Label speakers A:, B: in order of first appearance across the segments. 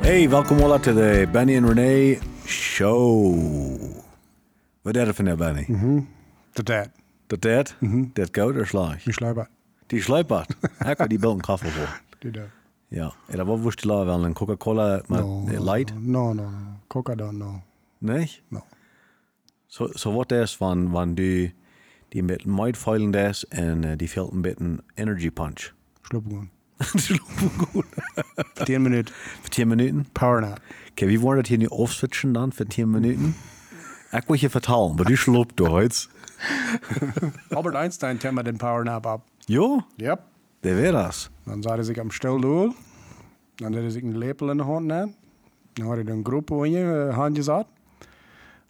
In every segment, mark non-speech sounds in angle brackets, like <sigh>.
A: Hey, welkom allemaal to de Benny en René show. Wat deed er van Benny?
B: Mhm. De tijd.
A: Dat deed?
B: Mhm.
A: Dat kouderslag.
B: Die sluipbaard.
A: Die sluipad. Hekko, die belt een kaffel voor.
B: Die daar.
A: Ja, en dat was die la wel een Coca-Cola maar eh, light.
B: No, no, no. Coca dan, no.
A: Nee?
B: No.
A: Zo, zo wordt het van, van die, die met might vuilend is en eh, die velt een beetje een energy punch. <laughs>
B: Sloop <laughs> gewoon.
A: Dat is goed.
B: Voor 10 minuten.
A: Voor 10 minuten.
B: Power nap.
A: Oké, wie wordt het hier nu afswitchen dan voor 10 minuten? Ik moet je vertalen, maar die sloopt door het.
B: Albert Einstein telt mir den Power nap ab.
A: Jo,
B: Yep.
A: dat weer das.
B: Dan zat hij zich am stil door. Dan had hij zich een lepel in de hand nemen. Dan had hij een groep in je eh, hand gezet.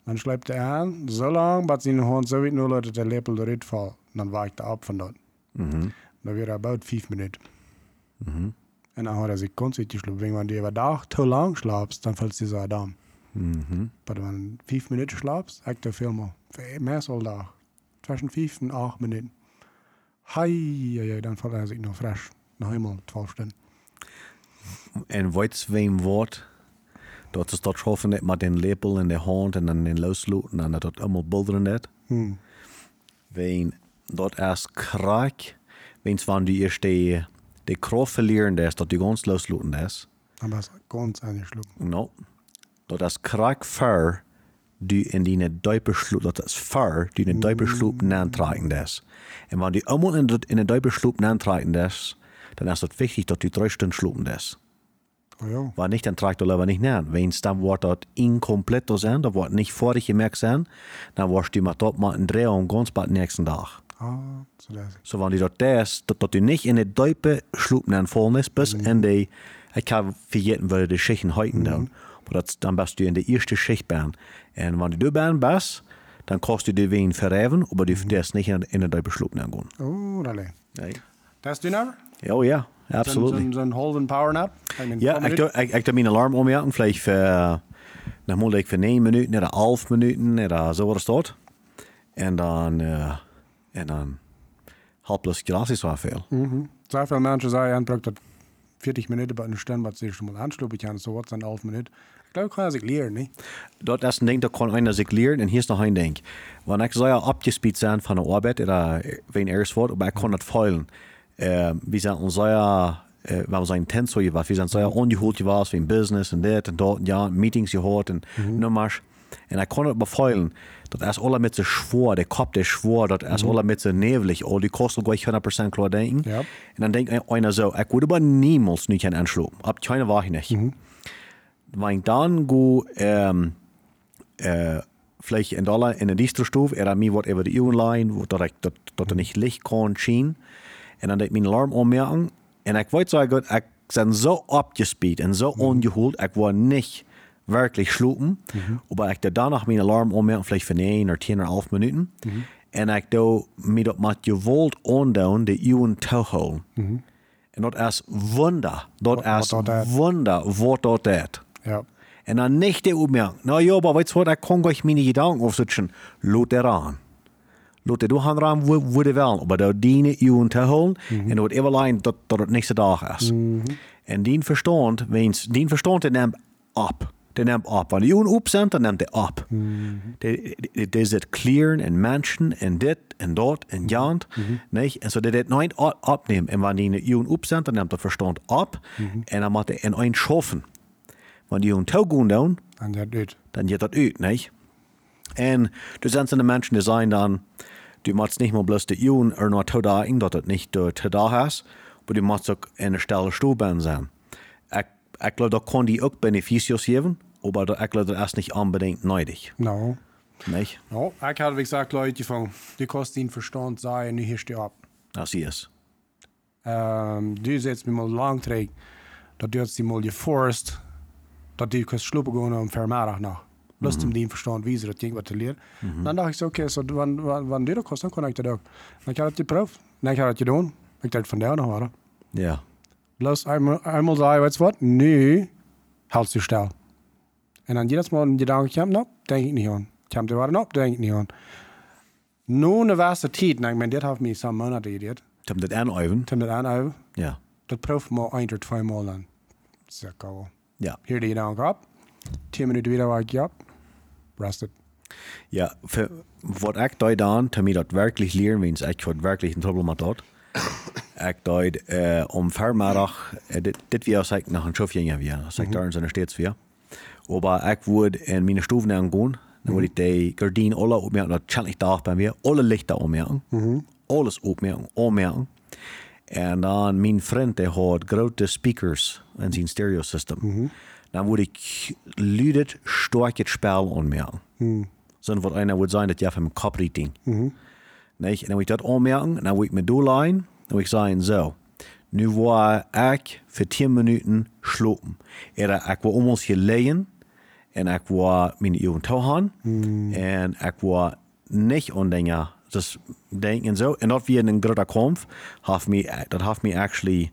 B: Dan sleept hij aan, zo lang, dat zijn hand zo weit nul dat de lepel eruit valt. Dan waakt hij op van dat.
A: Mhm,
B: Dan weer about vijf minuten. Mhm. En dan had hij zich constant geschlapen. Wenn je een dag te lang slaapt, dan valt hij zo aan.
A: mhm.
B: Maar wanneer vijf minuten slaapt, heb je veel meer. Meestal dag. Tussen vijf en acht minuten. Hai, ja, ja, dan valt hij zich nog fresh. Nog helemaal 12 Stunden.
A: En weet wem wordt. Dat is dat schoffen net met den lepel in de hand en dan den loslooten en dat dat allemaal bulderen net.
B: Hm.
A: Ween dat is kraak. Weens van die eerst de, de kracht verlieren is, dat die gans loslooten is.
B: Aber es hat ganz eingeschlagen.
A: No. Dat is kraak ver die in die net duipe sloep, dat is ver die in de duipe sloep naantrekken is. En wanneer die allemaal in de, in de duipe sloep naantrekken is, dan is het wichtig dat die drie stunden sloepen is.
B: Oh ja.
A: war nicht ein Traktor, aber nicht nähern. Wenn es dann wird das inkomplett da sein, da wird nicht vorig gemerkt sein, dann wirst du mal dort mal einen Dreh und ganz bald nächsten Tag.
B: Ah, so das.
A: So, wenn du dort das, dass dass du nicht in die Däupe schlupen dann fallen ist, bis in die, ich habe vergeten, weil die Schichten halten dann. Aber das, dann bist du in der ersten Schicht bern. Und wenn du da bist, dann kannst du die Wehen verreven, aber du darfst nicht in, in die Däupe schlupen dann gehen.
B: Oh, Ralle.
A: Nein.
B: Das du noch?
A: Ja, ja, absolut.
B: So, so, so einen halben Powernap? Einen
A: Ja,
B: paar
A: ik
B: Minuten?
A: doe, ik, ik doe mijn alarm omjagen. Vielleicht voor, eh, dan moet ik voor 9 minuten, naar 11 minuten, naar zo wat dat. En dan, eh, en dan, halb plus gratis wel veel.
B: Mhm. Sehr viele Menschen sagen, er braucht das 40 Minuten bei einem Stern, was sie schon mal anschluppen kann. So was dann 11 Minuten. Ich glaube, kann er sich lehren, ne?
A: Dat is een ding dat kon einer zich leren en hier is nog een ding. Want ik zou ja opgespied zijn van de arbeid, of eh, ween ergens wordt, maar ik kon het vuilen. Eh, we zijn ons ja, eh, we zijn tent zo gewacht, we zijn zo ja ongehoord geweest, in business en dit en dat, ja, meetings gehoord en nummers. En ik kon het bevuilen. Dat is alle met zijn schwoer, de kop der schwoer, dat is alle met zijn nevelig, oh, die kosten gleich 100% klar denken.
B: Ja.
A: En dan denkt einer zo, ik word aber niemals niet gaan aanslopen. Op keine war ich nicht. Wenn dann go ähm, äh, vielleicht in Dollar in der nächsten Stufe, er hat mir was über die Uhr leihen, wo dass ich- dass- dass er nicht Licht kann, schien. Und dann ich meinen Alarm anmerken. Und ich wollte sagen, ich bin so abgespielt und
B: Mhm.
A: so ungeholt, ich war nicht wirklich schlupen.
B: Mhm.
A: Aber ich da danach meinen Alarm anmerken, vielleicht für 9 oder 10 oder 11 Minuten.
B: Mhm.
A: Und ich do mir das mit Gewalt andauen, die Uhren zu holen. Und das ist Wunder. Das ist
B: Mhm. wat dat deed.
A: Wunder, was das ist.
B: Ja.
A: En dan nicht der Umgang. Na ja, aber weißt du, da kann ich meine Gedanken aufsitzen. Lot er an. Lot er du han ran, wo, wo du willst. Aber da diene Jungen zu holen. Und dort immer allein, dass das nächste Tag ist. En den Verstand, wenn's, den Verstand, der nimmt ab. Der nimmt ab. Wenn die Jungen up sind, dann nimmt er ab. Der, der, der sieht Clearen und Menschen und dit und dort und jant. Nicht? Und so der das nicht ab- abnehmen. Und wenn die Jungen up sind, dann nimmt der Verstand ab. Und dann macht er in einen schaffen. Wenn die Jungen taugen doen,
B: Dann ja, das.
A: dann geht das üt, nicht? Und du sind die Menschen, die sagen dann, du machst nicht mal bloß die Jungen oder nur Todaten, dass das nicht äh, der Todar hast, aber du machst auch eine Stelle Stuben sein. Ich, ich glaube, da kann die auch Beneficios geben, aber da- ich glaube, das ist nicht unbedingt neidig,
B: No.
A: nicht?
B: No. Ich habe gesagt, Leute, von, die kosten den Verstand sein, die hirst die ab.
A: Das ist.
B: Um, du zet me mal lang terug. Dat duurt die mal je forst. Dat die kunt slopen gaan om vermiddag nog. Lust hem die verstand wie ze dat ding wat te leren. Dan dacht ik zo, oké, zo wanneer wan, wan dit ook kost, dan kon ik dat ook. Dan ga ik die proef. Dan ga ik dat doen. Ik dacht vandaar nog wel.
A: Ja.
B: Lust eenmaal eenmaal zei, weet je wat? Nu houdt ze stil. En dan jedes Mal die Gedanken, ik heb nog, denk ik niet aan. Ik heb er waren op, denk ik niet aan. Nu de laatste tijd, nou, ik meen, dit heeft mij zo'n maand gedaan.
A: Ich habe das anäuven.
B: Toen dat aan
A: Ja.
B: dat proef maar één tot twee maal aan. Circa wel.
A: Ja.
B: Hier die dan op. Tien minuten weer waar ik je op. Rusted.
A: Ja, für, was ich da dann, damit das wirklich lernen, wenn ich schon wirklich ein Problem hat, ich da äh, um Vermittag, äh, das wäre ich nach einem Schiffgänger wieder, das ich da in so einer Stets wieder. Aber ich würde in meine Stufen gehen, dann würde ich die Gardinen alle aufmerken, das kann ich da auch bei mir, alle Lichter aufmerken, alles aufmerken, aufmerken. En dan mijn vriend die had grote speakers in zijn stereo-system. Dan word ik luidend sterk het spel aanmerken. Sondern was einer würde sein, dass ja vom Kopf reading. Nicht? Und dann würde ich das anmerken, und dann würde ich mir durchleiten, und dann würde ich sagen, so, nu war ich für 10 Minuten schlupen. Oder ich war um uns hier liegen, und ich war meine Augen zuhauen, und ich war nicht an Dinge, das Denken so. Und dort wir in einem großen Kampf, hat mich, das hat mich actually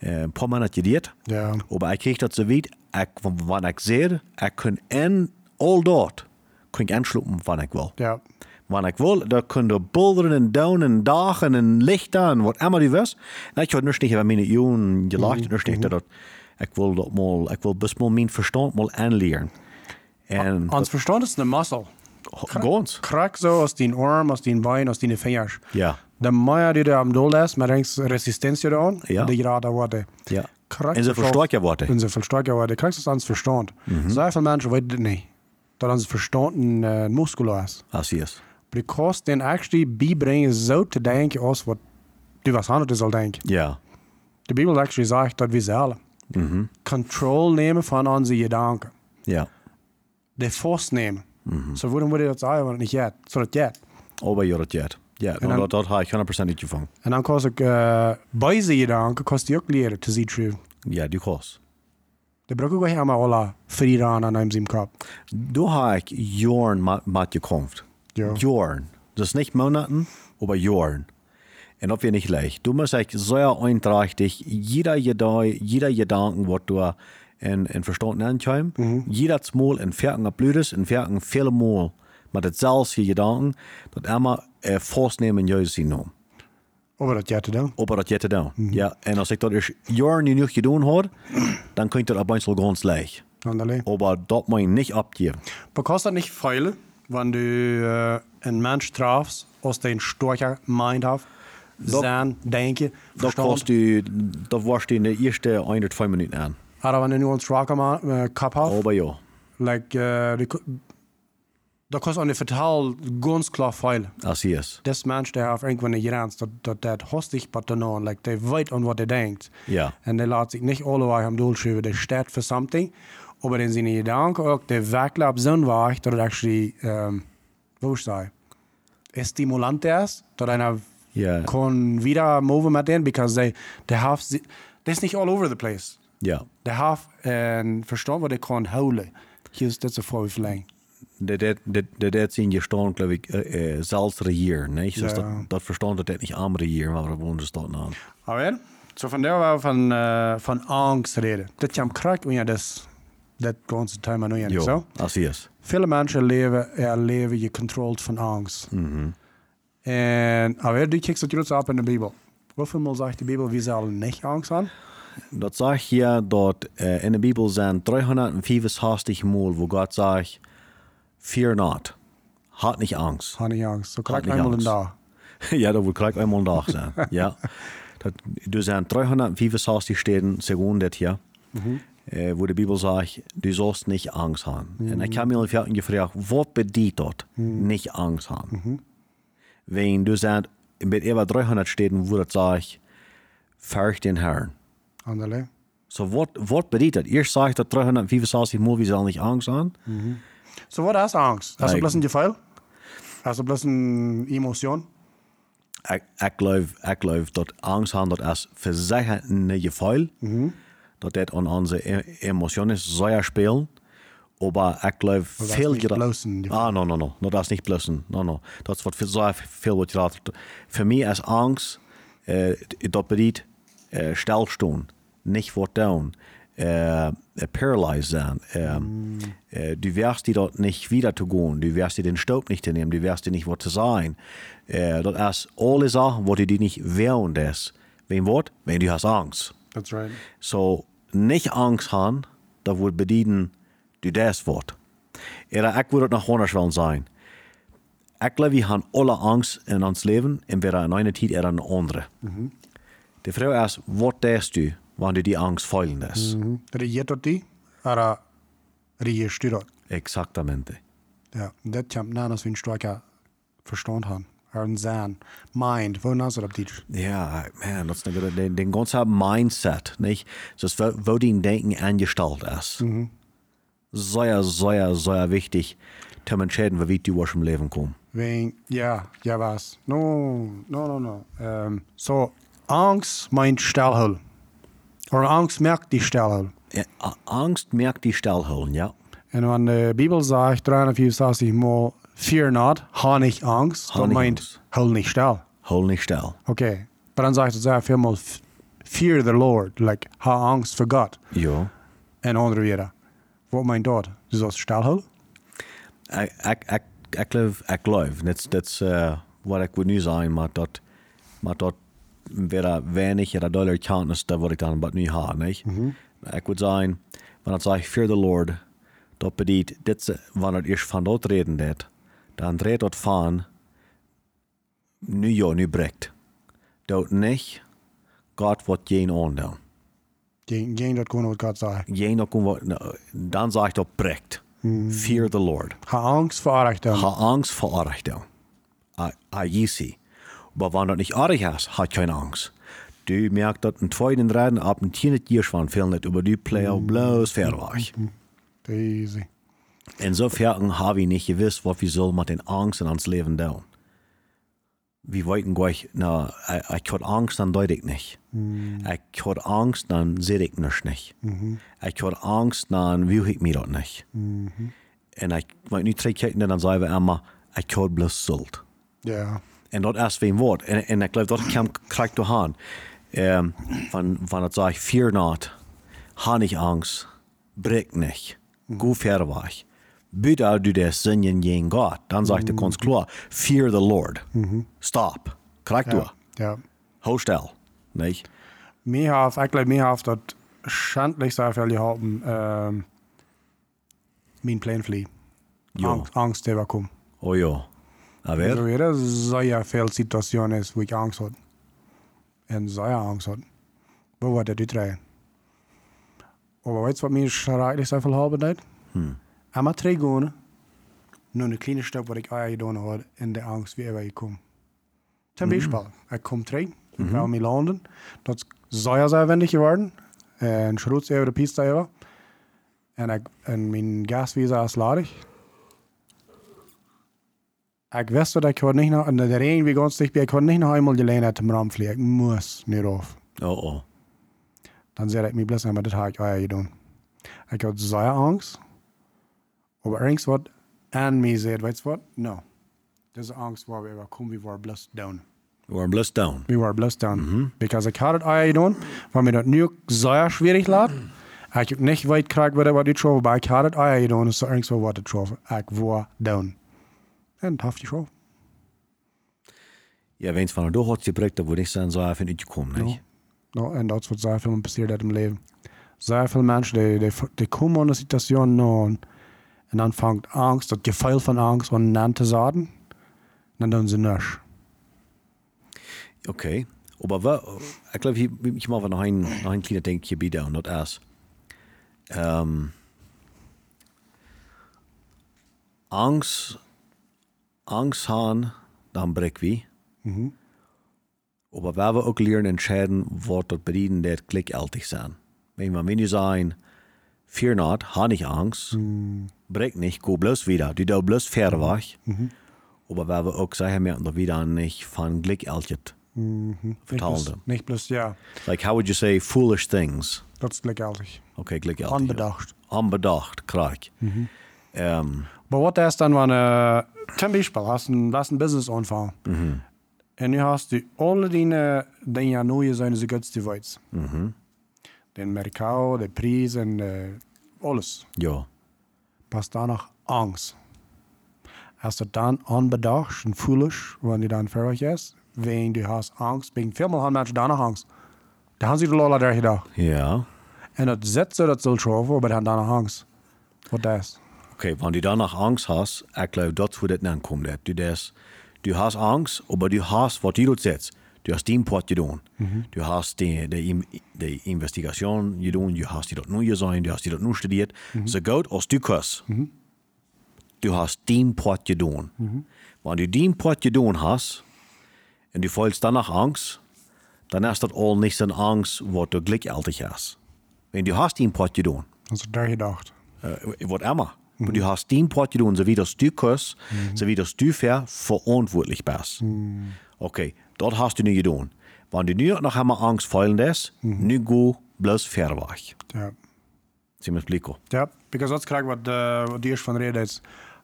A: äh, ein paar Monate gedauert.
B: Ja.
A: Aber ich krieg das so weit, ich, wann ich sehe, ich kann en all dort, kann ich anschluppen, wann ich will.
B: Ja.
A: Wann ich will, da können da Bouldern und Down und Dachen und Lichter und was immer du willst. Und ich habe nicht über meine Jungen gelacht,
B: Mhm,
A: nicht nicht, dat ich will das mal, ich will bis mal mein Verstand mal anlernen. Und
B: Ons verstand is de muscle.
A: ganz.
B: Ah, Krak zo als die arm, als die bein, als die vingers.
A: Ja.
B: De Maya die er am doel is, maar denkt resistentie eraan.
A: Ja.
B: Die gerade worden.
A: Ja.
B: Krak
A: En ze
B: verstand-
A: versterkt worden.
B: En ze versterkt worden. Krak is ons verstand. Zoveel mensen weten dit niet. Dat ons verstand een eh, muskel is.
A: Als sie ist.
B: Du kannst den actually beibringen, so zu denken, als was du was anderes soll denken.
A: Ja.
B: Die Bibel actually sagt, dass wir selber Control nehmen von unseren Gedanken.
A: Ja.
B: Die Force nehmen. So warum würde ich das sagen, wenn es nicht jetzt? So das jetzt.
A: Aber ja, das geht. Ja, und
B: dan-
A: dat, dat habe ich 100% gefangen.
B: Und dann kannst du äh, bei diesen Gedanken kannst du die auch lernen, zu sehen, true.
A: Ja, du kannst.
B: Die brauchen wir immer alle Frieden an einem Kopf.
A: Du habe ich Jorn mit gekämpft.
B: Ja.
A: Jorn. Das ist nicht Monaten, aber Jorn. Und ob wir nicht leicht. Du musst echt sehr einträchtig, jeder Gedanke, jeder Gedanken, was du in, in Verstanden ankommst, jeder Mal in Ferken Blödes, in Ferken viele Mal mit dasselbe Gedanken, dass immer äh, Force nehmen, ja, sie nehmen.
B: Aber das jetzt dann.
A: op dat jette down. Ja, en als ik dat dus jaren nu nog gedaan had, dan kun je dat op een zo ganz leicht.
B: Anderlei.
A: Maar dat moet je niet opgeven.
B: Du kannst das nicht feilen, wenn du äh, einen Menschen trafst, aus den starken Mind hast, sein, denken,
A: Dat kost u, dat was in de eerste 105 minuten aan.
B: Aber wenn du nur einen starken Ma- äh, Kopf hast,
A: Aber ja,
B: like, äh, du, ko- da kannst du an den Verteil ganz klar feilen.
A: als hij is.
B: Das Mensch, der auf irgendwann nicht ernst, dass das, das hastig Patronen, like, der weiß an was er denkt.
A: Ja.
B: Und der lässt sich nicht alle Wege am Dolch über, der steht für something. Aber in seinen Gedanken auch, der wirklich auf so einen Weg, dass er actually, ähm, wo ich sage, stimulant ist, dass einer
A: Ja.
B: kann wieder move mit denen, because they, they have, das ist nicht all over the place.
A: Ja,
B: De half en verstand wat ik kon houden. Hier dat ze voor verleng.
A: dat- dat- dat- dat dat zijn gestaan, geloof ik, eh, eh, zelfs regieren. Nee, Dus dat, dat verstand dat het niet aan regieren, maar we wonen staat aan.
B: Alweer? Zo van daar waar we van, eh, van angst reden. Dat je hem krijgt, en oh ja, dat is dat ganze time aan je
A: Ja,
B: zo.
A: als hij is.
B: Viele mensen leven, er leven je controlled van angst.
A: Mhm.
B: En alweer, die kijkt het trots op in de Bijbel. Hoeveel mal zegt de Bijbel, wie zal niet angst aan?
A: Dat zag je dat eh, in de Bijbel zijn 365 maal waar God zegt, fear not, had niet angst.
B: Ga niet angst. Zo krijg
A: Had
B: ik
A: niet
B: eenmaal een
A: angst.
B: dag.
A: <laughs> ja, dat wordt gelijk eenmaal een dag zijn. ja. Dat, er zijn 365 steden, seconden dit jaar, eh, waar de Bijbel zegt, du sollst niet angst hebben. En ik heb me al vaak gevraagd, wat bedoelt dat, niet angst hebben? Wenn du zijn met over 300 steden waar het zegt, fürcht den Herrn.
B: Anderle.
A: So, wat, wat bedoelt dat? Eerst zag ik dat 365 movies al niet angst aan.
B: Zo wat is angst? Is
A: Nee.
B: dat bloos een gevoel? Is dat bloos een emotie?
A: Ik, ik, geloof, ik geloof dat angst aan dat als verzeggen een gevoel.
B: Mhm.
A: Dat dit aan onze e- emoties zou spelen. Maar ik geloof
B: is
A: veel...
B: niet
A: gera-
B: blozen, ja.
A: Ah, no, no, no. no dat is niet plussen. No, no. Dat is wat veel- zeer veel wat je laat. Voor mij is angst... eh, dat bedoelt eh stilstaan. Niet wat doen. eh, eh, paralyzed zijn. eh, eh, du wirst die dort nicht wieder zu gehen, du wirst dir den Staub nicht zu nehmen, du wirst dir nicht was zu sein. Äh, das ist alle Sachen, wo du die nicht wehren lässt. Wem was? Wenn du hast Angst.
B: That's right.
A: So, nicht Angst haben, dat wordt bedienen door dat woord. Era, ik wil het nog anders wel zijn. Ik glaube, wir haben alle Angst in uns Leben, entweder in einer Zeit oder in einer anderen. Die Frage ist, was denkst du, wenn du die Angst feilen lässt?
B: Mhm. Regiert dat die? Maar regiert du dat?
A: Exaktamente.
B: Ja, dat komt na als we een sterker verstand hebben. Een zijn. Mind. Wo naast dat op Deutsch?
A: Ja, man, das ist eine, gute- den, den ganzen Mindset, nicht? Das, wo, wo dein Denken angestellt ist. Sehr, sehr, sehr wichtig, zu entscheiden, wie weit du aus dem Leben kommst.
B: Wegen, ja, ja was. No, no, no, no. Ähm, so, Angst meint Stellhölle. Oder Angst merkt die Stellhölle.
A: Ja, A- Angst merkt die Stellhöhlen, ja.
B: Und wenn die Bibel sagt, 364 Mal, fear not, ha nicht Angst,
A: Ha
B: dann
A: nicht
B: meint
A: Angst.
B: Hölle nicht Stell.
A: Hol nicht still.
B: Okay. Aber dann sagt es sehr viel mal, f- fear the Lord, like, ha Angst vor Gott.
A: Ja.
B: Und andere wieder. Was meint dort? Du sagst Stellhölle?
A: Ik, ik, ik, ik geloof, ik geloof. Dat is- dat is eh, wat ik wil nu zijn, maar dat, maar dat weer weinig en duidelijk kan is, dat wat ik dan wat nu ha. niet? Ik wil zijn, wanneer het zegt, fear the Lord, dat bedoelt, dit, is, wanneer je van dat reden deed, dan dreht dat van, nu ja, nu breekt. Dat niet, God wordt geen aandoen.
B: Gegen, gegen das kann was Gott sagt.
A: Geen dat kon wat- nou, dan zegt dat breekt. Fear the Lord.
B: Ha Angst vor Arachtung.
A: Ha Angst vor Arachtung. Ajisi. Aber wenn du nicht Arach hast, hat keine Angst. Du merkst das in zweiten Reden ab dem tienen Tierschwan viel nicht über die Player bloß fertig.
B: Easy.
A: Insofern habe ich nicht gewusst, was wir sollen mit den Angst in ans Leben tun. Wir wollten gleich, na, äh, ich- ich habe Angst, dann deut ich nicht. Ich habe Angst, dann sehe ich nicht. nicht. Ich habe Angst, dann will ich mir das nicht. Und ich, wenn ich nicht zurückkicke, dann sage ich immer, ich habe bloß Schuld.
B: Ja.
A: En dat is een woord. En, en ik geloof dat ik hem krijg door haan. Ehm, van, van het zei, fear not. Ha niet angst. Breek niet. Go ver weg. Bitte uit du des zinnen gegen God. Dan zegt de kans klaar. Fear the Lord. Stop. Krijg door.
B: Ja.
A: Hou stil. Nee.
B: Mir hat, ich glaube, mir hat das schändlich sehr viel geholfen, ähm, mein Plan fliehen.
A: Ja.
B: Angst, Angst, der war kommen.
A: Oh ja. Aber
B: Also, jeder sehr viel Situationen, ist, wo ich Angst hatte. Und sehr Angst hatte. Wo war der die drei? Aber weißt du, was mir schrecklich sehr viel geholfen hat? Einmal drei Gune, nur eine kleine Stück, was ich auch getan habe, in der Angst, wie immer ich komme. Zum Beispiel, ich komme drei, ich will mich landen. Das ist sehr, sehr wendig geworden. Ein Schrutz über die Piste über. Und, ich, und mein Gasvisa ist ladig. Ich weiß, dass ich heute nicht noch, und der Regen wie ganz dicht, bin, ich konnte nicht noch einmal die Leine zum Raum fliegen. Ich muss nicht rauf.
A: Oh oh.
B: Dann sehe ich mich bloß einmal, das habe ich auch getan. Ich hatte sehr Angst. Aber irgendwas was an mir sieht, weißt du was? No. Diese Angst war, wir kommen, wir waren bloß down.
A: We waren bloß down.
B: We were blessed down. Because ik had het al gedaan, wat mij dat nu ook zeer schwierig laat. Ik heb niet weit krijg wat wat ik schoof, maar ik had het al gedaan, dus ergens wel wat ik schoof. Ik was down. En dat heeft je schoof.
A: Ja, wenn es van een doorhad gebrekt, dan würde ich sagen, so even uitgekomen. Nee.
B: No, en dat is wat zeer veel passiert uit mijn leven. Zeer veel mensen die, die, die komen in een situatie aan en dan vangt angst, dat gevoel van angst, aan hen te zaden. En dan doen ze niks.
A: Okay. Aber wa, ich glaube, ich, ich mache noch ein, noch ein kleines Denkgebiet und das ist, ähm, Angst, Angst haben, dann bricht wie. Aber wenn wir auch lernen entscheiden, was das bedeutet, der klickaltig sein. Wenn wir wenig sein, fear not, ha nicht Angst, bricht nicht, go bloß wieder, du da bloß fair weg. Aber wenn wir auch sagen, merken wir wieder nicht von klickaltig.
B: Hm?
A: Vertaalde.
B: Niet plus, ja.
A: Like, how would you say foolish things?
B: Dat is gelijkaardig.
A: Okay, gelijk.
B: Onbedacht.
A: Onbedacht, krijg. Ehm,
B: Maar wat is dan wanneer, ten Beispiel, hast een, was een businessunfall. En nu hast du alle deine, deine neue zijn so gut du willst. Den Merkau, de Preis en eh, alles.
A: ja.
B: Pas danach Angst. Hast du dann unbedacht und foolish, wenn du dann fertig ist, wegen du hast Angst, wegen vielmal haben Menschen danach Angst. Da haben sie die Lola der gedacht.
A: Ja.
B: En dat zet ze dat zo over, maar dan daarna angst. Wat dat is.
A: Okay, wenn du danach Angst hast, ich glaube, das wo das dann kommt. Du, das, du hast Angst, aber du hast, was du dort setzt. Du hast den Part getan. Du hast die, die, Im- die Investigation getan, du hast die dort nur gesehen, du hast die dort nur studiert. So gut, als du kannst. Du hast den Part getan. Wenn du den Part getan hast und du fühlst danach Angst, dann ist das all nicht so eine Angst, was du glücklich hast. Wenn du hast den Part getan,
B: Dat is daar gedacht.
A: äh, whatever. Und du hast den Part getan, so wie das du kannst, so wie das du für verantwortlich bist. Okay, das hast du nicht getan. Wenn du nu noch einmal Angst fallen lässt, nu go bloß verwach.
B: Ja.
A: Sie müssen blicken.
B: Ja, because dat is krijg wat, eh, wat de eerste van de reden is.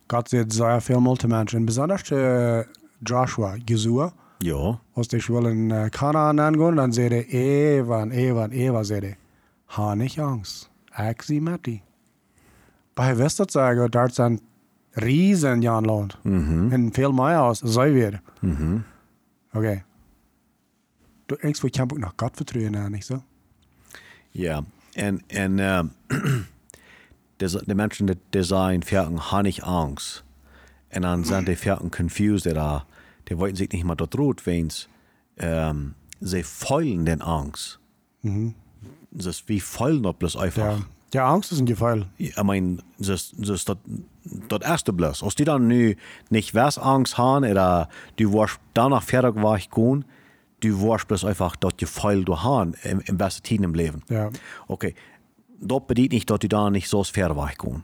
B: God zegt zeer veel multi mensen. Besonders eh, Joshua, Jezua.
A: Ja,
B: Als die wel in eh, Kanaan aangaan, dan zei hij Eva en Eva en Eva. Zei hij, ha niet angst. Ik zie met die. Maar hij wist dat zeggen, daar zijn riesen Jan land. En veel meer als zij weer. Oké. Du denkst, wo ich kann nach Gott vertrauen, ja, nicht so?
A: ja. En, en äh, <clears throat> de, de mensen die die zijn verken, haben nicht Angst. En dan zijn die verken confused. Die, da- die wollten sich nicht mal dort rot, wenn ähm, sie feulen den Angst. Mhm. Das ist wie feulen das bloß einfach.
B: Ja. ja, Angst ist ein Gefühl.
A: ich meine, das, das, das, das erste bloß. Als die dann nu nicht was Angst haben oder du warst danach fertig war ich gehen, du warst bloß einfach dort gefallen du haben im, im besten Team im Leben.
B: Ja.
A: Okay, das bedeutet nicht, dass du da nicht so fertig war ich gehen.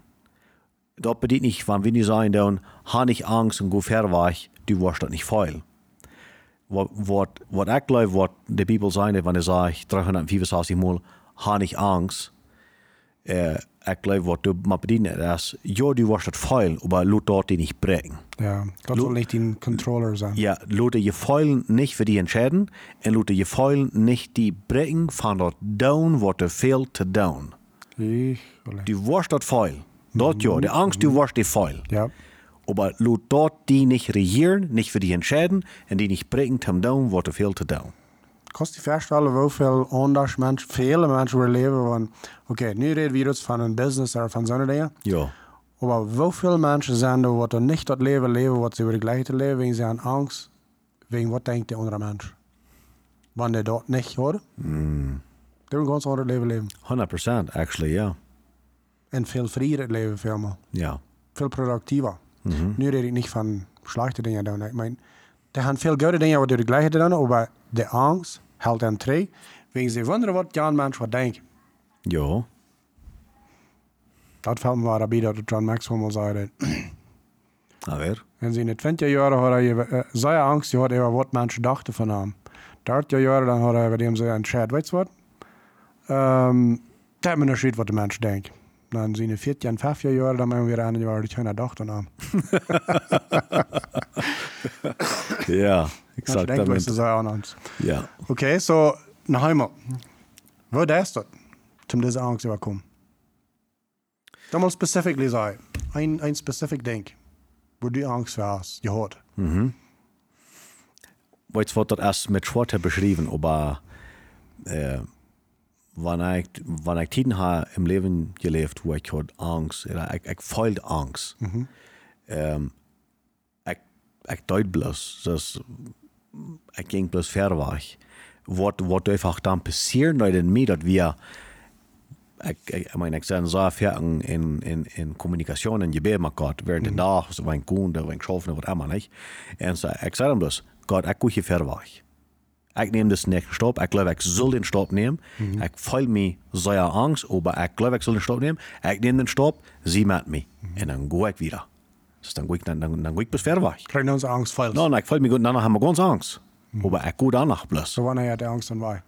A: Das bedeutet nicht, wenn wir nicht sagen, dann habe ich Angst und go fertig war ich, du warst dort nicht feil. Wat, wat, wat ich glaube, was die Bibel sagt, wenn er sagt, 365 Mal, habe ich Angst, äh, ich glaube, was du mal bedienen ist, ja, du warst das feil, aber lass dort die nicht brechen.
B: Ja, Gott soll nicht den Controller sein.
A: Ja, lass die Feulen nicht für die entscheiden und lass die Feulen nicht die brechen von dort down, was du viel zu down.
B: Ich,
A: Du warst das feil. Dort ja, die Angst, du warst die feil.
B: ja,
A: Aber lass dort die nicht regieren, nicht für die entscheiden und die nicht brechen zum down, was du viel zu down.
B: kost je vaststellen hoeveel anders mensen, vele mensen weer leven van, oké, nu reden we dus van een business of van zo'n dingen,
A: Ja.
B: maar hoeveel mensen zijn er wat er niet dat leven leven wat ze willen gelijk te leven, wegen zijn angst, wegen wat denkt de andere mens. Wanneer dat niet hoor, mm. die willen gewoon het leven leven.
A: 100% actually, ja.
B: En veel vrijer leven veel meer,
A: Ja.
B: veel productiever. Nu red ik niet van slechte dingen doen, ik meen, er gaan veel goede dingen wat ze gelijk te doen, maar eh, de angst houdt hen terug, wegen ze wonderen wat Jan mens wat denkt.
A: Ja.
B: Dat valt me wel bij dat John Maxwell mal zei.
A: Aber.
B: En in de 20 jaren had hij eh, zeer angst gehad over wat mensen dachten van hem. 30 jaren dan had hij bij hem zei, Chad, weet je wat? Um, dat me niet wat de mensen denken. Dan zijn de 40 en 50 jaren dan hebben we weer aan waar die keine dachten aan.
A: Ja,
B: Mensen denken dat ze
A: exactamente.
B: zeer aan ons.
A: Ja.
B: Oké, zo, naar heimel. Wat is dat? Toen deze angst overkomt. Dan moet specifiek zijn. Een, een specifiek ding. Waar die angst voor was, je hoort.
A: Weißt du, was das erst mit Schwarter beschrieben, aber äh, wenn ich, wenn ich Tiden habe im Leben gelebt, wo ich hatte Angst, oder ich, ich feilte Angst. Ähm, ich, ich deut bloß, dass ich ging bloß verwach. Was, was einfach dann passieren würde in mir, dass wir ik, ik, ik, ik zijn zo ver in, in, in, in communicatie en gebed met God. Während de dag, of mijn kunde, mijn schoven, wat allemaal. Niet? En zo, ik zei hem dus, God, ik koetje ver weg. Ik neem dus niet stop. Ik geloof, ik zal den stop nemen. Ik voel me zeer angst, maar ik geloof, ik zal den stop nemen. Ik neem den stop, zie met me. En dan ga ik weer. Dus dan ga ik, dan, dan, dan ga ik dus ver weg.
B: Krijgen onze angst veel.
A: Nou, nou, ik voel me goed, dan hebben we gewoon angst. Maar ik ga danach plus.
B: So wanneer had de angst dan wij?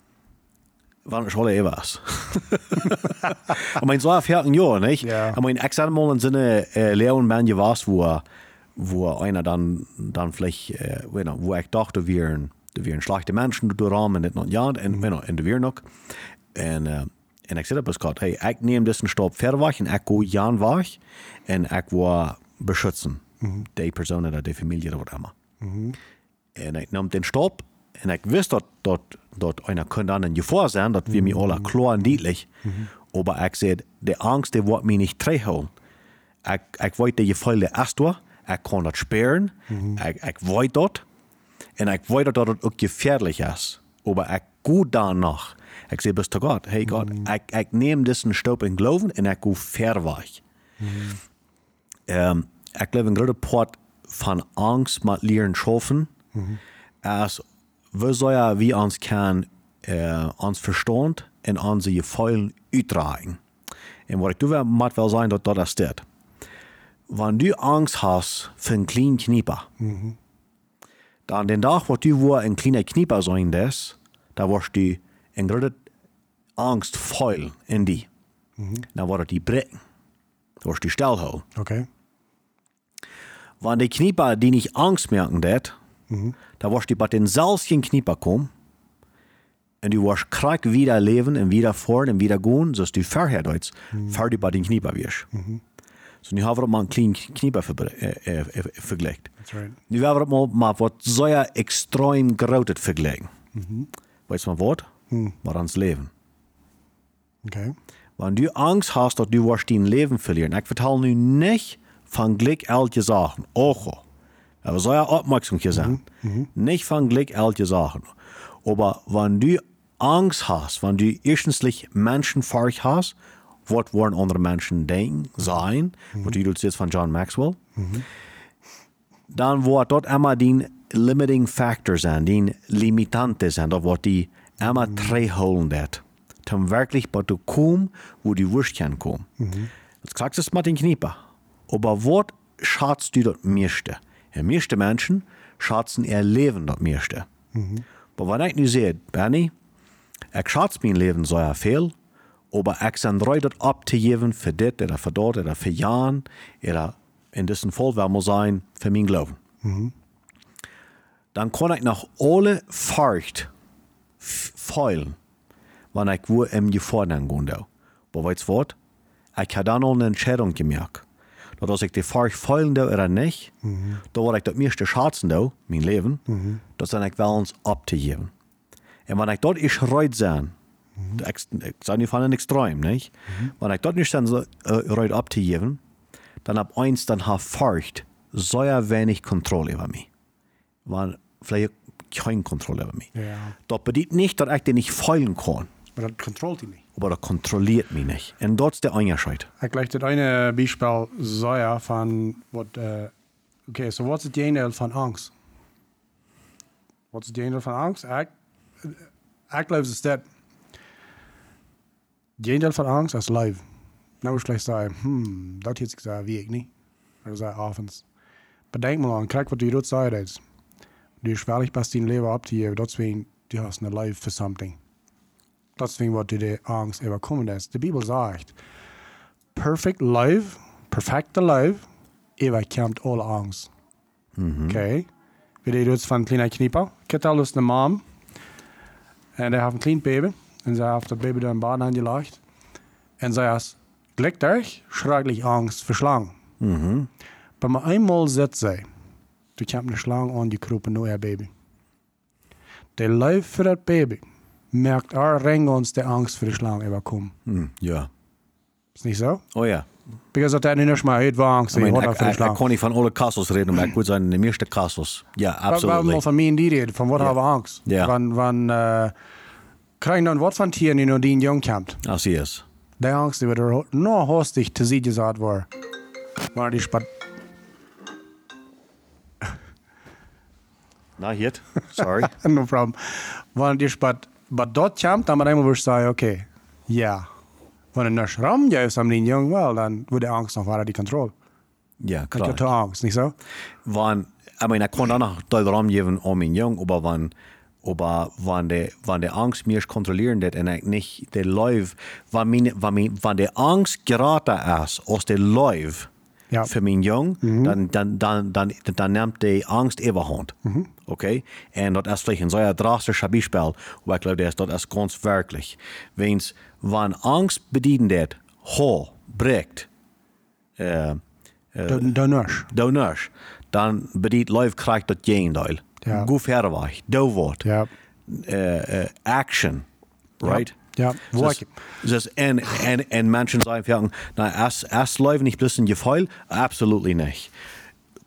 A: wann schon eh was. <laughs> ich meine, so auf Herren Jahr, nicht?
B: Ja.
A: Ich meine, ich sag mal in Sinne, äh, Leon Manje war es, wo, wo einer dann, dann vielleicht, äh, bueno, wo ich dachte, wir wären, wir wären schlechte Menschen, du Rahmen, nicht noch ja, und, bueno, und wir noch. Und, äh, und ich sag das gerade, hey, ich nehme diesen Stab verwach und ich gehe Jan weg und ich will beschützen. Die Person oder die Familie oder was immer. En ik nam den stop. En ik wist dat, dat, dat einer könnte an den Gefahr sein, dat wir mir alle klar und deutlich. Aber ik zei, de angst die wordt mij niet terughouden. Ik, ik weet dat je vuile ast was. Ik kon dat sparen. Ik, ik weet dat. En ik weet dat het ook gefährlich is. Maar ik goed danach. Ik zei best tot God. Hey God, ik, ik neem deze stap in geloven en ik ga ver weg. Ähm, ich glaube, ein großer Part von Angst mit Lehren schaffen, ist, wir sollen, wie uns kann, äh, uns Verstand und unsere Feulen übertragen. Und was ich tue, mag wel sein, dass das steht. Wenn du Angst hast für einen kleinen Knieper, dann den Tag, wo du wohl ein kleiner Knieper sein wirst, da wirst du eine große Angst feulen in dir. Dann wird er dich brechen. Da wirst du still houden.
B: Okay.
A: Wenn die Knieper, die nicht Angst merken, dat, da wirst du bei den salzigen Knieper kommen und du wirst krank wieder leben und wieder fahren und wieder gehen, sodass du vorher deutsch, vor du bei den Knieper wirst. So, nu haben wir mal einen kleinen Knieper verbre- äh, äh, äh, vergleicht.
B: That's right.
A: Nu haben wir mal, mal was sehr extrem Großes verglichen. Weißt du mal was? War ans Leben.
B: Okay.
A: Wenn du Angst hast, dass du wirst dein Leben verlieren, ich vertelle nu nicht von Glück alte Sachen. Ocho. Aber soll oh. ja aufmerksam hier sein. Nicht von Glück alte Sachen. Aber wenn du Angst hast, wenn du erstenslich Menschenfurcht hast, was wollen andere Menschen denken, sein, was du jetzt von John Maxwell, dann wird dort immer dein limiting factor sein, dein Limitante sein, da wird die immer holen wird. Dann wirklich bei du komm, wo du wirst kann kommen. Jetzt sagst du es mal den Knieper. Aber was schadest du dort meiste? Die meisten Menschen schaden ihr Leben dort meiste. Aber wenn ich nu sehe, Bernie, ich schätze mein Leben sehr viel, aber ich bin bereit, das abzugeben für das oder für dort oder für Jahren oder in diesem Fall werden wir sein für mein Glauben. Dann kann ich nach alle Furcht f- feilen, wenn ich wo im Gefordern gehen darf. Aber weißt du was? Ich habe dann auch eine Entscheidung gemerkt. Dass als ich die Furcht feilen darf oder nicht, da war ich das meiste Schaden darf, mein Leben, dass dann ich will uns abzugeben. En wanneer ik dat is eruit zijn, ik, ik zou niet van een extreem, niet? Wanneer ik dat niet zijn, eruit op te geven, dan heb eens dan haar furcht zeer weinig controle over mij. Want vielleicht geen controle over mij.
B: Ja.
A: Dat bedeutet niet dat ik die niet feilen kan,
B: Aber das kontrollt ihn nicht.
A: maar dat controleert mij niet. En dat is de onderscheid.
B: Ich gleich das eine Beispiel sagen von, what, äh, okay, so was ist die Ende von Angst? Was ist die Ende von Angst? Ich, ich glaube, es ist das. Die Ende von Angst ist live. Dann muss ich gleich sagen, hm, das jetzt gesagt, wie ich nicht. Oder sei abends. Bedenk mal an, krieg, was du dort sagst. jetzt. Du schwerlich passt dein Leben ab, die, deswegen, du hast eine Life für something. Deswegen, was dir die Angst überkommen ist. Die Bibel sagt, perfect life, perfecte life, Eva kämpft alle Angst. Okay? Vi reder ut från kleine knipa. Kette alles naar mam. En de heeft een klein baby. En zij heeft dat baby door een baan aangelegd. En zij is glücklich, schrecklich Angst voor Schlangen. Bei mir einmal sitzt sie. Du kämpfst eine Schlange an, die Gruppe nur ihr Baby. Der Leib für das Baby merkt auch ring uns die Angst für die Schlange überkommen.
A: Hm, ja.
B: Ist nicht so?
A: Oh ja.
B: Because at that nicht mal het war Angst,
A: Ik,
B: ich
A: meen,
B: hatte
A: ik,
B: für die
A: ik, ik
B: Schlange.
A: kon niet van alle kastels reden, um maar ik moet zijn de meeste kastels. Ja,
B: Warum mal
A: absoluut.
B: von mir in die Rede, von was haben wir Angst?
A: Ja.
B: Wann, wann, äh, kriegen dann Wort von Tieren, die nur die in Jung kämpft.
A: Als hij is.
B: Die Angst, die wieder nur hostig zu sie gesagt war. War die Spat. <laughs>
A: Nou, hier. Sorry.
B: no problem. War die Spat. Aber dort kämpft, dann man einmal würde ich sagen, okay, ja. Wenn er nicht rumgehst am Linie Jung, well, dann würde die Angst noch weiter die Kontrolle.
A: <laughs> Ja,
B: Ich
A: klar.
B: hatte Angst, nicht so? Ja.
A: für mein Jung, dann, dann, dann, dann, dann nimmt die Angst überhand. Okay? Und das ist vielleicht ein sehr drastischer Beispiel, aber ich glaube, das ist, das ist ganz wirklich. Wenn's, wann Angst bedienen wird, ho, bricht, eh,
B: Dann dann nicht.
A: donors, dan bedient live krijgt dat geendeel.
B: Ja.
A: Goed verwacht, dood wordt.
B: Ja.
A: Eh, eh, action, right?
B: Ja, wo
A: Das,
B: ik.
A: das, en, en, en Menschen sagen, na, erst, erst läuft nicht bisschen gefeil, absolut nicht.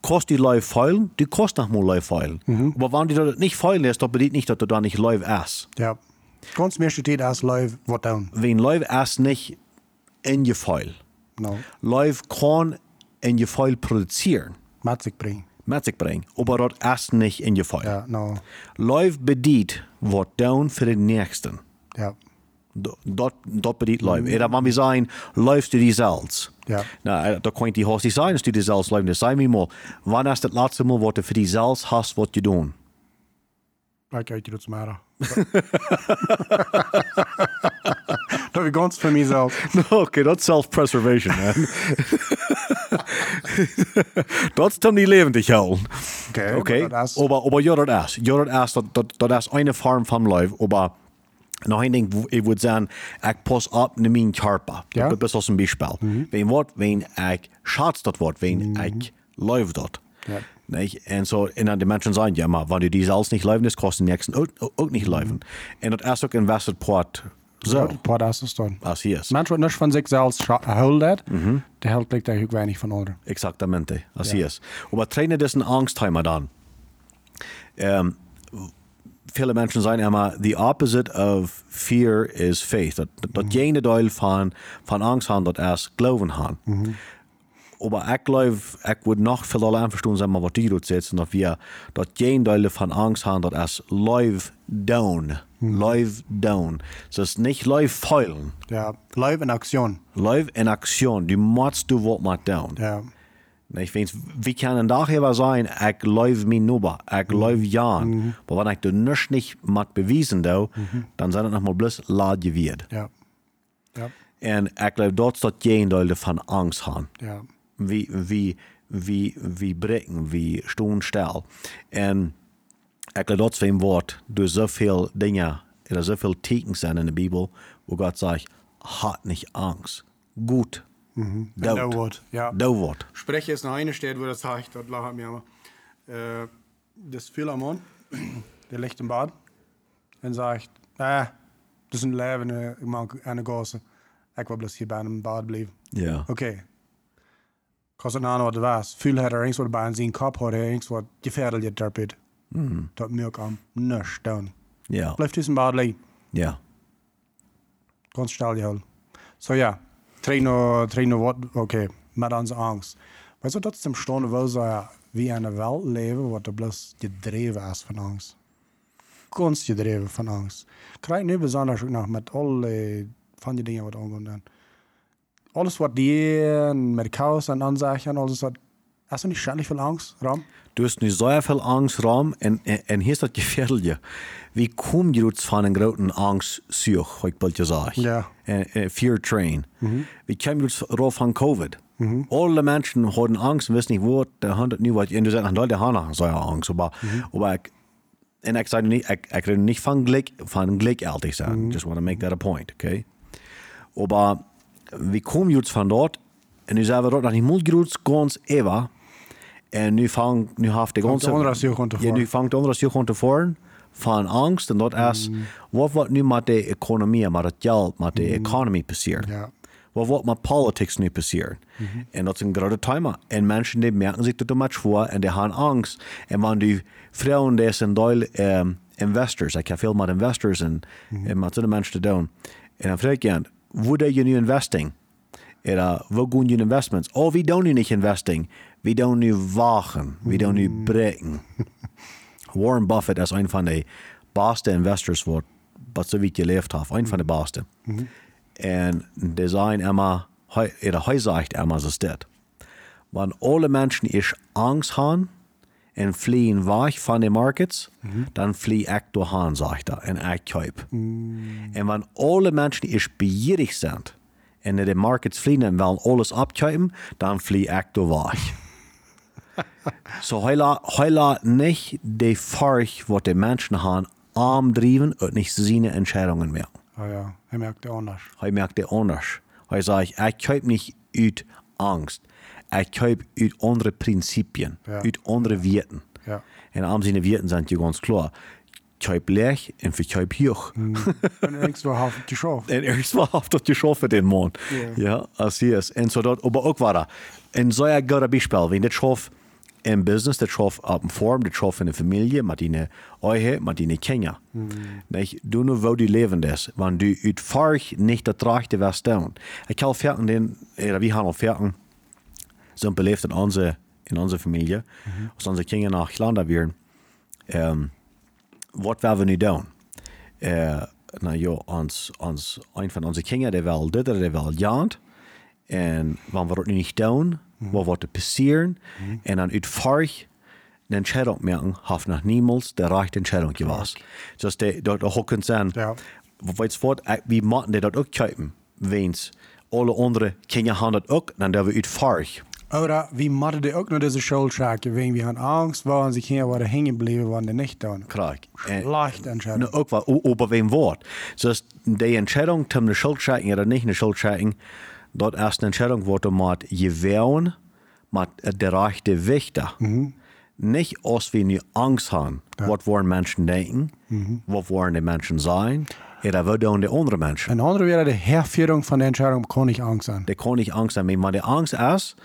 A: Kost die Leute feilen, die kost nach mal Leute feilen.
B: Mhm.
A: Aber wenn die das nicht feilen lässt, dann bedeutet nicht, dass du da nicht Leute erst.
B: Ja. Ganz meer steht als live wat down.
A: Wenn Leute erst nicht in gefeil,
B: Nou,
A: Leute kann in gefeil produzieren,
B: maat ik brengen.
A: mit sich bringen, aber das erst nicht in gefeil.
B: Ja, nou,
A: Leute bedient, was down für den Nächsten.
B: ja.
A: Dat, dat bedient Leib. Mm. Dat man wir sagen, läufst du dir selbst.
B: Ja.
A: Na, da kann die Horst nicht sein, dass du dir selbst läufst. Sei mir mal, wann hast du das letzte Mal, wo du für dich selbst hast, was du tun?
B: Kijk uit, je doet het <laughs> maar. Dat ik ganz voor mezelf.
A: <laughs> Okay, das ist Self-Preservation, <laughs> man. das ist dann die Leben dich holen.
B: Oké,
A: Okay,
B: dat is-
A: aber, aber ja, das ist. Ja, das ist, das, das ist eine Form vom Leib, aber noch ein Ding, ich würde sagen, ich passe ab in meinen Körper.
B: Ja. Mhm.
A: Das ist ein Beispiel. Wenn, wat, wenn ich schätze das Wort, wenn ich läuft dort.
B: Ja.
A: Nicht? Und so, und dann die Menschen sagen, ja, aber wenn du die selbst nicht läuft, das kannst du den nächsten auch, auch nicht
B: Mhm.
A: laufen. Und das ist auch in Westerport so,
B: Een paar dagen staan.
A: als hier ist.
B: Mensen wat niks van zichzelf scha- houden, de held lijkt eigenlijk weinig van anderen.
A: Exactamente, así
B: Ja.
A: es. Aber Trainer dessen Angst haben wir dann. Ähm, viele Menschen sagen immer, the opposite of fear is faith. Das, das jene Teil von, von Angst haben, das erst Glauben haben. Aber ich glaube, ich würde noch viel alle einverstanden sein, was die dort sitzen, dass wir das jene Teil von Angst haben, das erst live down. Live down. Das ist nicht live feulen.
B: Ja, live in actie.
A: Live in Aktion. Du machst du was mal down.
B: Ja,
A: Ich weiß, wie kann denn daher was sein, ich läuft mir nuber, ich läuft jahren. Aber wenn ich das nicht, nicht mat bewiesen do, dann sind das nochmal bloß Lade wird.
B: ja, ja,
A: Und ich glaube, dort steht jeden Leute von Angst haben.
B: ja.
A: Wie, wie, wie, wie Brecken, wie Stuhl still. Und ich glaube, dort ist ein Wort, durch so viele Dinge, oder so viele Ticken sind in der Bibel, wo Gott sagt, hat nicht Angst. Gut. Mhm.
B: Dat wordt, Nou, ja.
A: Do Wort.
B: Spreche ist noch eine Stelle, wo das heißt, dort lachen wir immer. Äh, das Philemon, <clears throat> der liegt im Bad und sagt, äh, das ist ein Leben, äh, ich mag eine Gosse. Ich will bloß hier bei einem Bad bleiben.
A: Ja.
B: Okay. Kost een aan wat het was. Veel had er eens wat bij zijn kop, had er eens wat gefährdet je derpit. Dat merk aan. Nisch doen.
A: Ja.
B: Blijf tussen bad liggen.
A: Ja.
B: Ganz schnell geholt. So ja, Trainer, Trainer, was, okay, mit uns Angst. Weißt du, trotzdem stehen wir so ja, wie eine Welt leben, wo du bloß gedreven ist von Angst. Ganz gedreven von Angst. Krijg nu besonders ook nog met alle van die Dingen, wat omgaan dan. Alles wat die en met Chaos en Ansagen, alles wat. Hast du nicht ständig viel Angst, Ram?
A: Du hast nicht so viel Angst, Raum, und, und, und hier ist das Gefährliche. Wie kommt ihr jetzt von einer großen Angst zurück, wie ich bald gesagt
B: Ja.
A: Äh, äh, Fear Train. Wie kommt ihr jetzt rauf von Covid? Alle Menschen haben Angst und wissen nicht, wo, der handelt nie was. Und du sagst, Leute haben so eine Angst. Aber, aber ich, und ich sage nicht, ich, ich rede nicht von Glück, von Glück ehrlich sein. Just want to make that a point, okay? Aber wie kommen jetzt von dort? Und ich sage, dort nach dem Mundgerutz ganz ewa. Und nu fang, nu haft de ganze...
B: andere als Jugend te
A: Ja, nu
B: voren.
A: fangt onder als Jugend te voren. Van angst. En dat is, wat wordt nu met de economie, met het geld, met de economie passeren?
B: Ja.
A: Wat wordt met politics nu passeren? En dat is een grote thema. En mensen die merken zich dat er maar voor en die hebben angst. En wanneer die vrouwen, die zijn deel ehm, investors. Ik heb veel met investors en, en met zulke mensen te doen. En dan vraag ik je, hoe doe je nu investing? Era, wo gehen die Investments? Oh, wir tun nicht Investing. Wir tun nu wachen. Wir tun nu brechen. Warren Buffett ist ein von den besten Investors, wo- was so weit gelebt hat. Ein von den besten. Und der sagt immer, heu- oder er sagt immer, es ist das. Wenn alle Menschen ich Angst haben und fliehen weg von den Markets, dann fliehe ich durch Han, sagt er, und ich kaufe. En wenn alle Menschen erst begierig sind und in den Markets fliehen und wollen alles abkaufen, dann fliehe ich da weg. so heula, heula nicht die Furcht, was die Menschen haben, antrieben und nicht seine Entscheidungen mehr.
B: Ah ja, er merkt ja anders.
A: Hij merkt het anders. Hij zegt, ik kaufe nicht uit Angst. Ich kaufe uit andere Prinzipien,
B: Ja.
A: uit andere Werten.
B: Ja.
A: En om zijn Werten sind die ganz klar. verkuip leeg en verkuip joch.
B: Mhm. En irgendwo auf die Show.
A: En ergens wel af tot je schof in man.
B: Ja.
A: Ja, als die is. En zodat, maar ook waar. dat. En zo ja, gaat bij spel. Want dit schof in business, dit schof op een vorm, dit schof in een familie, maar die eigen, maar die ne Kenia. Nee, doe nu wel die levend is. Want die uit varg niet de traagte was staan. Ik al verten, den, eh, we gaan al verten. Zo'n beleefd in onze, in onze familie. Als onze kinderen naar Glanda weer. ehm, wat willen we nu doen? Eh, nou joh, ons, ons, een van onze kinderen die wil dit, die wil jaant. En wanneer we dat nu niet doen, wat wordt er passeren? En dan uit vorig een Entscheidung merken, heeft nog niemals de rechte Entscheidung geweest. Dus die, dat ook kunnen zijn,
B: Ja.
A: weet je wat, eh, we moeten die dat ook kijken. Weens alle andere kinderen gaan dat ook, dan doen we uit vorig.
B: Oder wie macht die auch nur diese Schulschake? Wegen wir haben Angst, waren sie hier waren hängen geblieben, waren die nicht da.
A: Krijg. En-
B: Leicht entscheiden.
A: Ne, ook wel o- over wem woord. Dus de entscheidung om de schuldscheiting of niet een schuldscheiting, dat is een entscheidung wordt om met je woon, met de rechte wichter. Niet als we nu angst hebben, wat worden mensen denken, wat worden de mensen zijn, en wat doen de andere mensen.
B: Ein anderer wäre die Herführung von der Entscheidung, kann ich Angst an.
A: De kon niet angst hebben. Maar de angst is,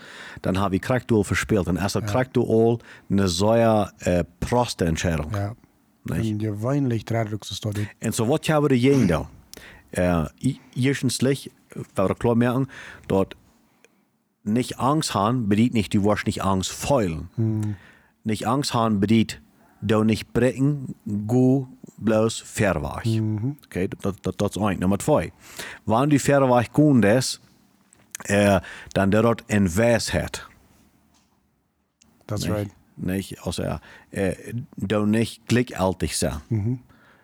A: dan heb je krachtdoel verspeeld. En als dat krachtdoel een zeer eh proste entscheidung.
B: Ja.
A: Nicht?
B: Und die weinlich Dreidrucksstory.
A: En zo wat gaan we er heen doen? Eh, i- Eerstens, ligt, waar we klar merken, dat niet angst hebben, bedient niet, du wirst niet angst feulen. Niet angst hebben, bedient, du niet breken, go bloß verwach. Okay, dat, dat, dat is één. Nummer twee. Wanneer du verwach kundes, eh, dan dat dat een wijsheid.
B: That's right.
A: Nicht? Also, ja, äh, da nicht glickaltig sein.
B: Mhm.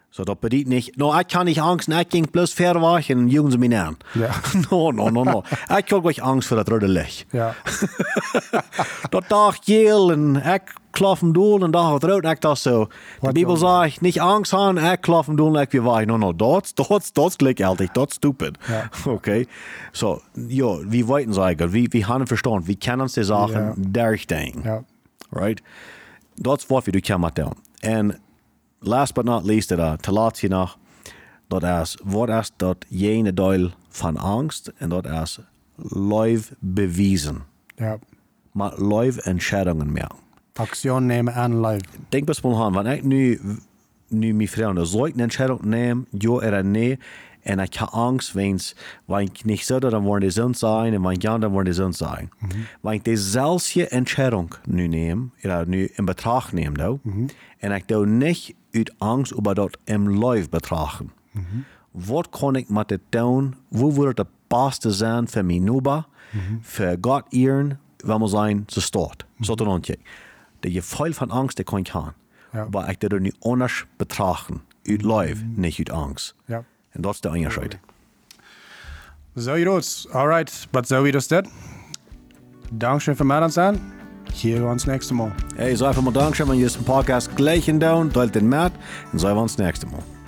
A: So, das bedeutet nicht, no, ich kann nicht Angst, ich ging bloß verwachen und jugen sie mich an.
B: Ja.
A: <laughs> No, no, no,
B: <laughs>
A: no. ich habe euch Angst vor das rote Licht.
B: Ja.
A: Dat dacht jeel en ik klaf hem doel en dacht het rood. En ik dacht zo. De
B: Wat
A: Bijbel
B: dan?
A: zegt, niet angst aan, ik klaf hem doel en ik weer waai. No, no, dat, dat, dat klinkt altijd, dat is stupid. <laughs>
B: Ja.
A: Oké. Zo, ja, wie weten ze eigenlijk? Wie, wie hebben verstand? Wie kennen ze zaken
B: Ja.
A: dergding?
B: Ja.
A: Right? Dat is wat we doen kan met doen. En last but not least, uh, de te laatste nog, dat is, wat is dat jene deel van angst? En dat is live bewijzen
B: Ja.
A: maar live entscheidungen mehr.
B: Aktion nehmen an live.
A: Denk maar spontaan, want ik nu, nu mijn vrienden zou ik een entscheidung nemen, ja of nee, en ik heb angst, wens, wenn ik niet zou, dan worden die zond zijn, en wenn ik ja, dan worden die zond zijn. Wenn ik dezelfde entscheidung nu neem, ja, nu in betracht neem, nou, en ik doe niet uit angst over dat in live betrachten. Wat kon ik met dit doen? Hoe wordt het beste zijn voor mijn nuba, voor God eeren, wenn we zijn, ze staat. Zo te ontjekken. Der Gefühl von Angst, der kann ich haben.
B: Ja.
A: Aber ich darf nicht anders betrachten. Ut Leib, nicht ut Angst.
B: Ja.
A: Und das ist der Unterschied.
B: So, ihr Roots. Alright, but so wie das das. Dankeschön für mein an. Hier wir uns nächste Mal.
A: Hey, so einfach mal Dankeschön, wenn ihr diesen Podcast gleich in down, teilt den Markt und sehen wir uns nächstes Mal.